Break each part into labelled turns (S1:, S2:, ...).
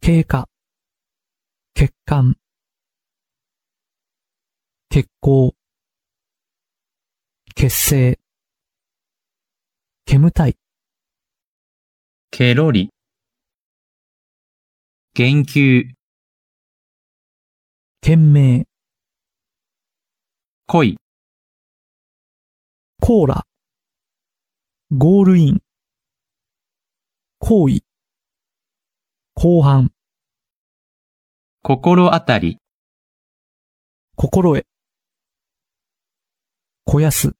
S1: 経過、血管、血行、血清、煙たい、
S2: ケロリ。言及、
S1: 懸命、
S2: 恋、
S1: コーラ、ゴールイン、行為、後半、
S2: 心当たり、
S1: 心得、肥やす、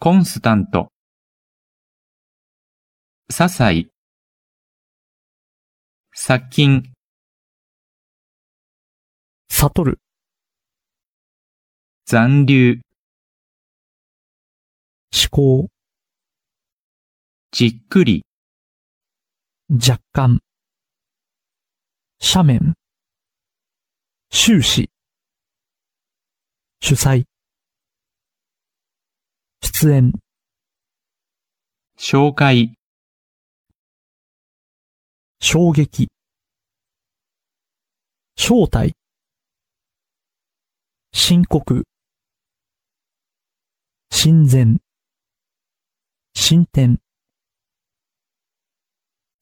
S2: コンスタント。些細、殺菌、
S1: 悟る、
S2: 残留、
S1: 思考、
S2: じっくり、
S1: 若干、斜面、終始、主催、出演、
S2: 紹介、
S1: 衝撃、招待、深刻、親善、進展、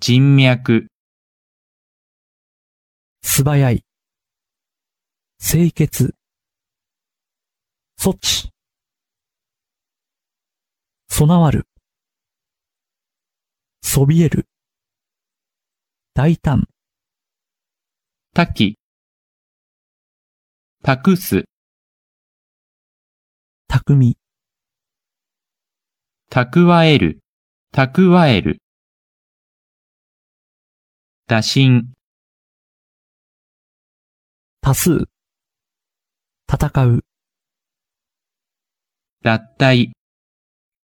S2: 人脈、
S1: 素早い、清潔、措置、備わる、そびえる、大胆、
S2: 多岐、託す、
S1: 巧み、
S2: 蓄える、蓄える。打診、
S1: 多数、戦う、
S2: 脱退、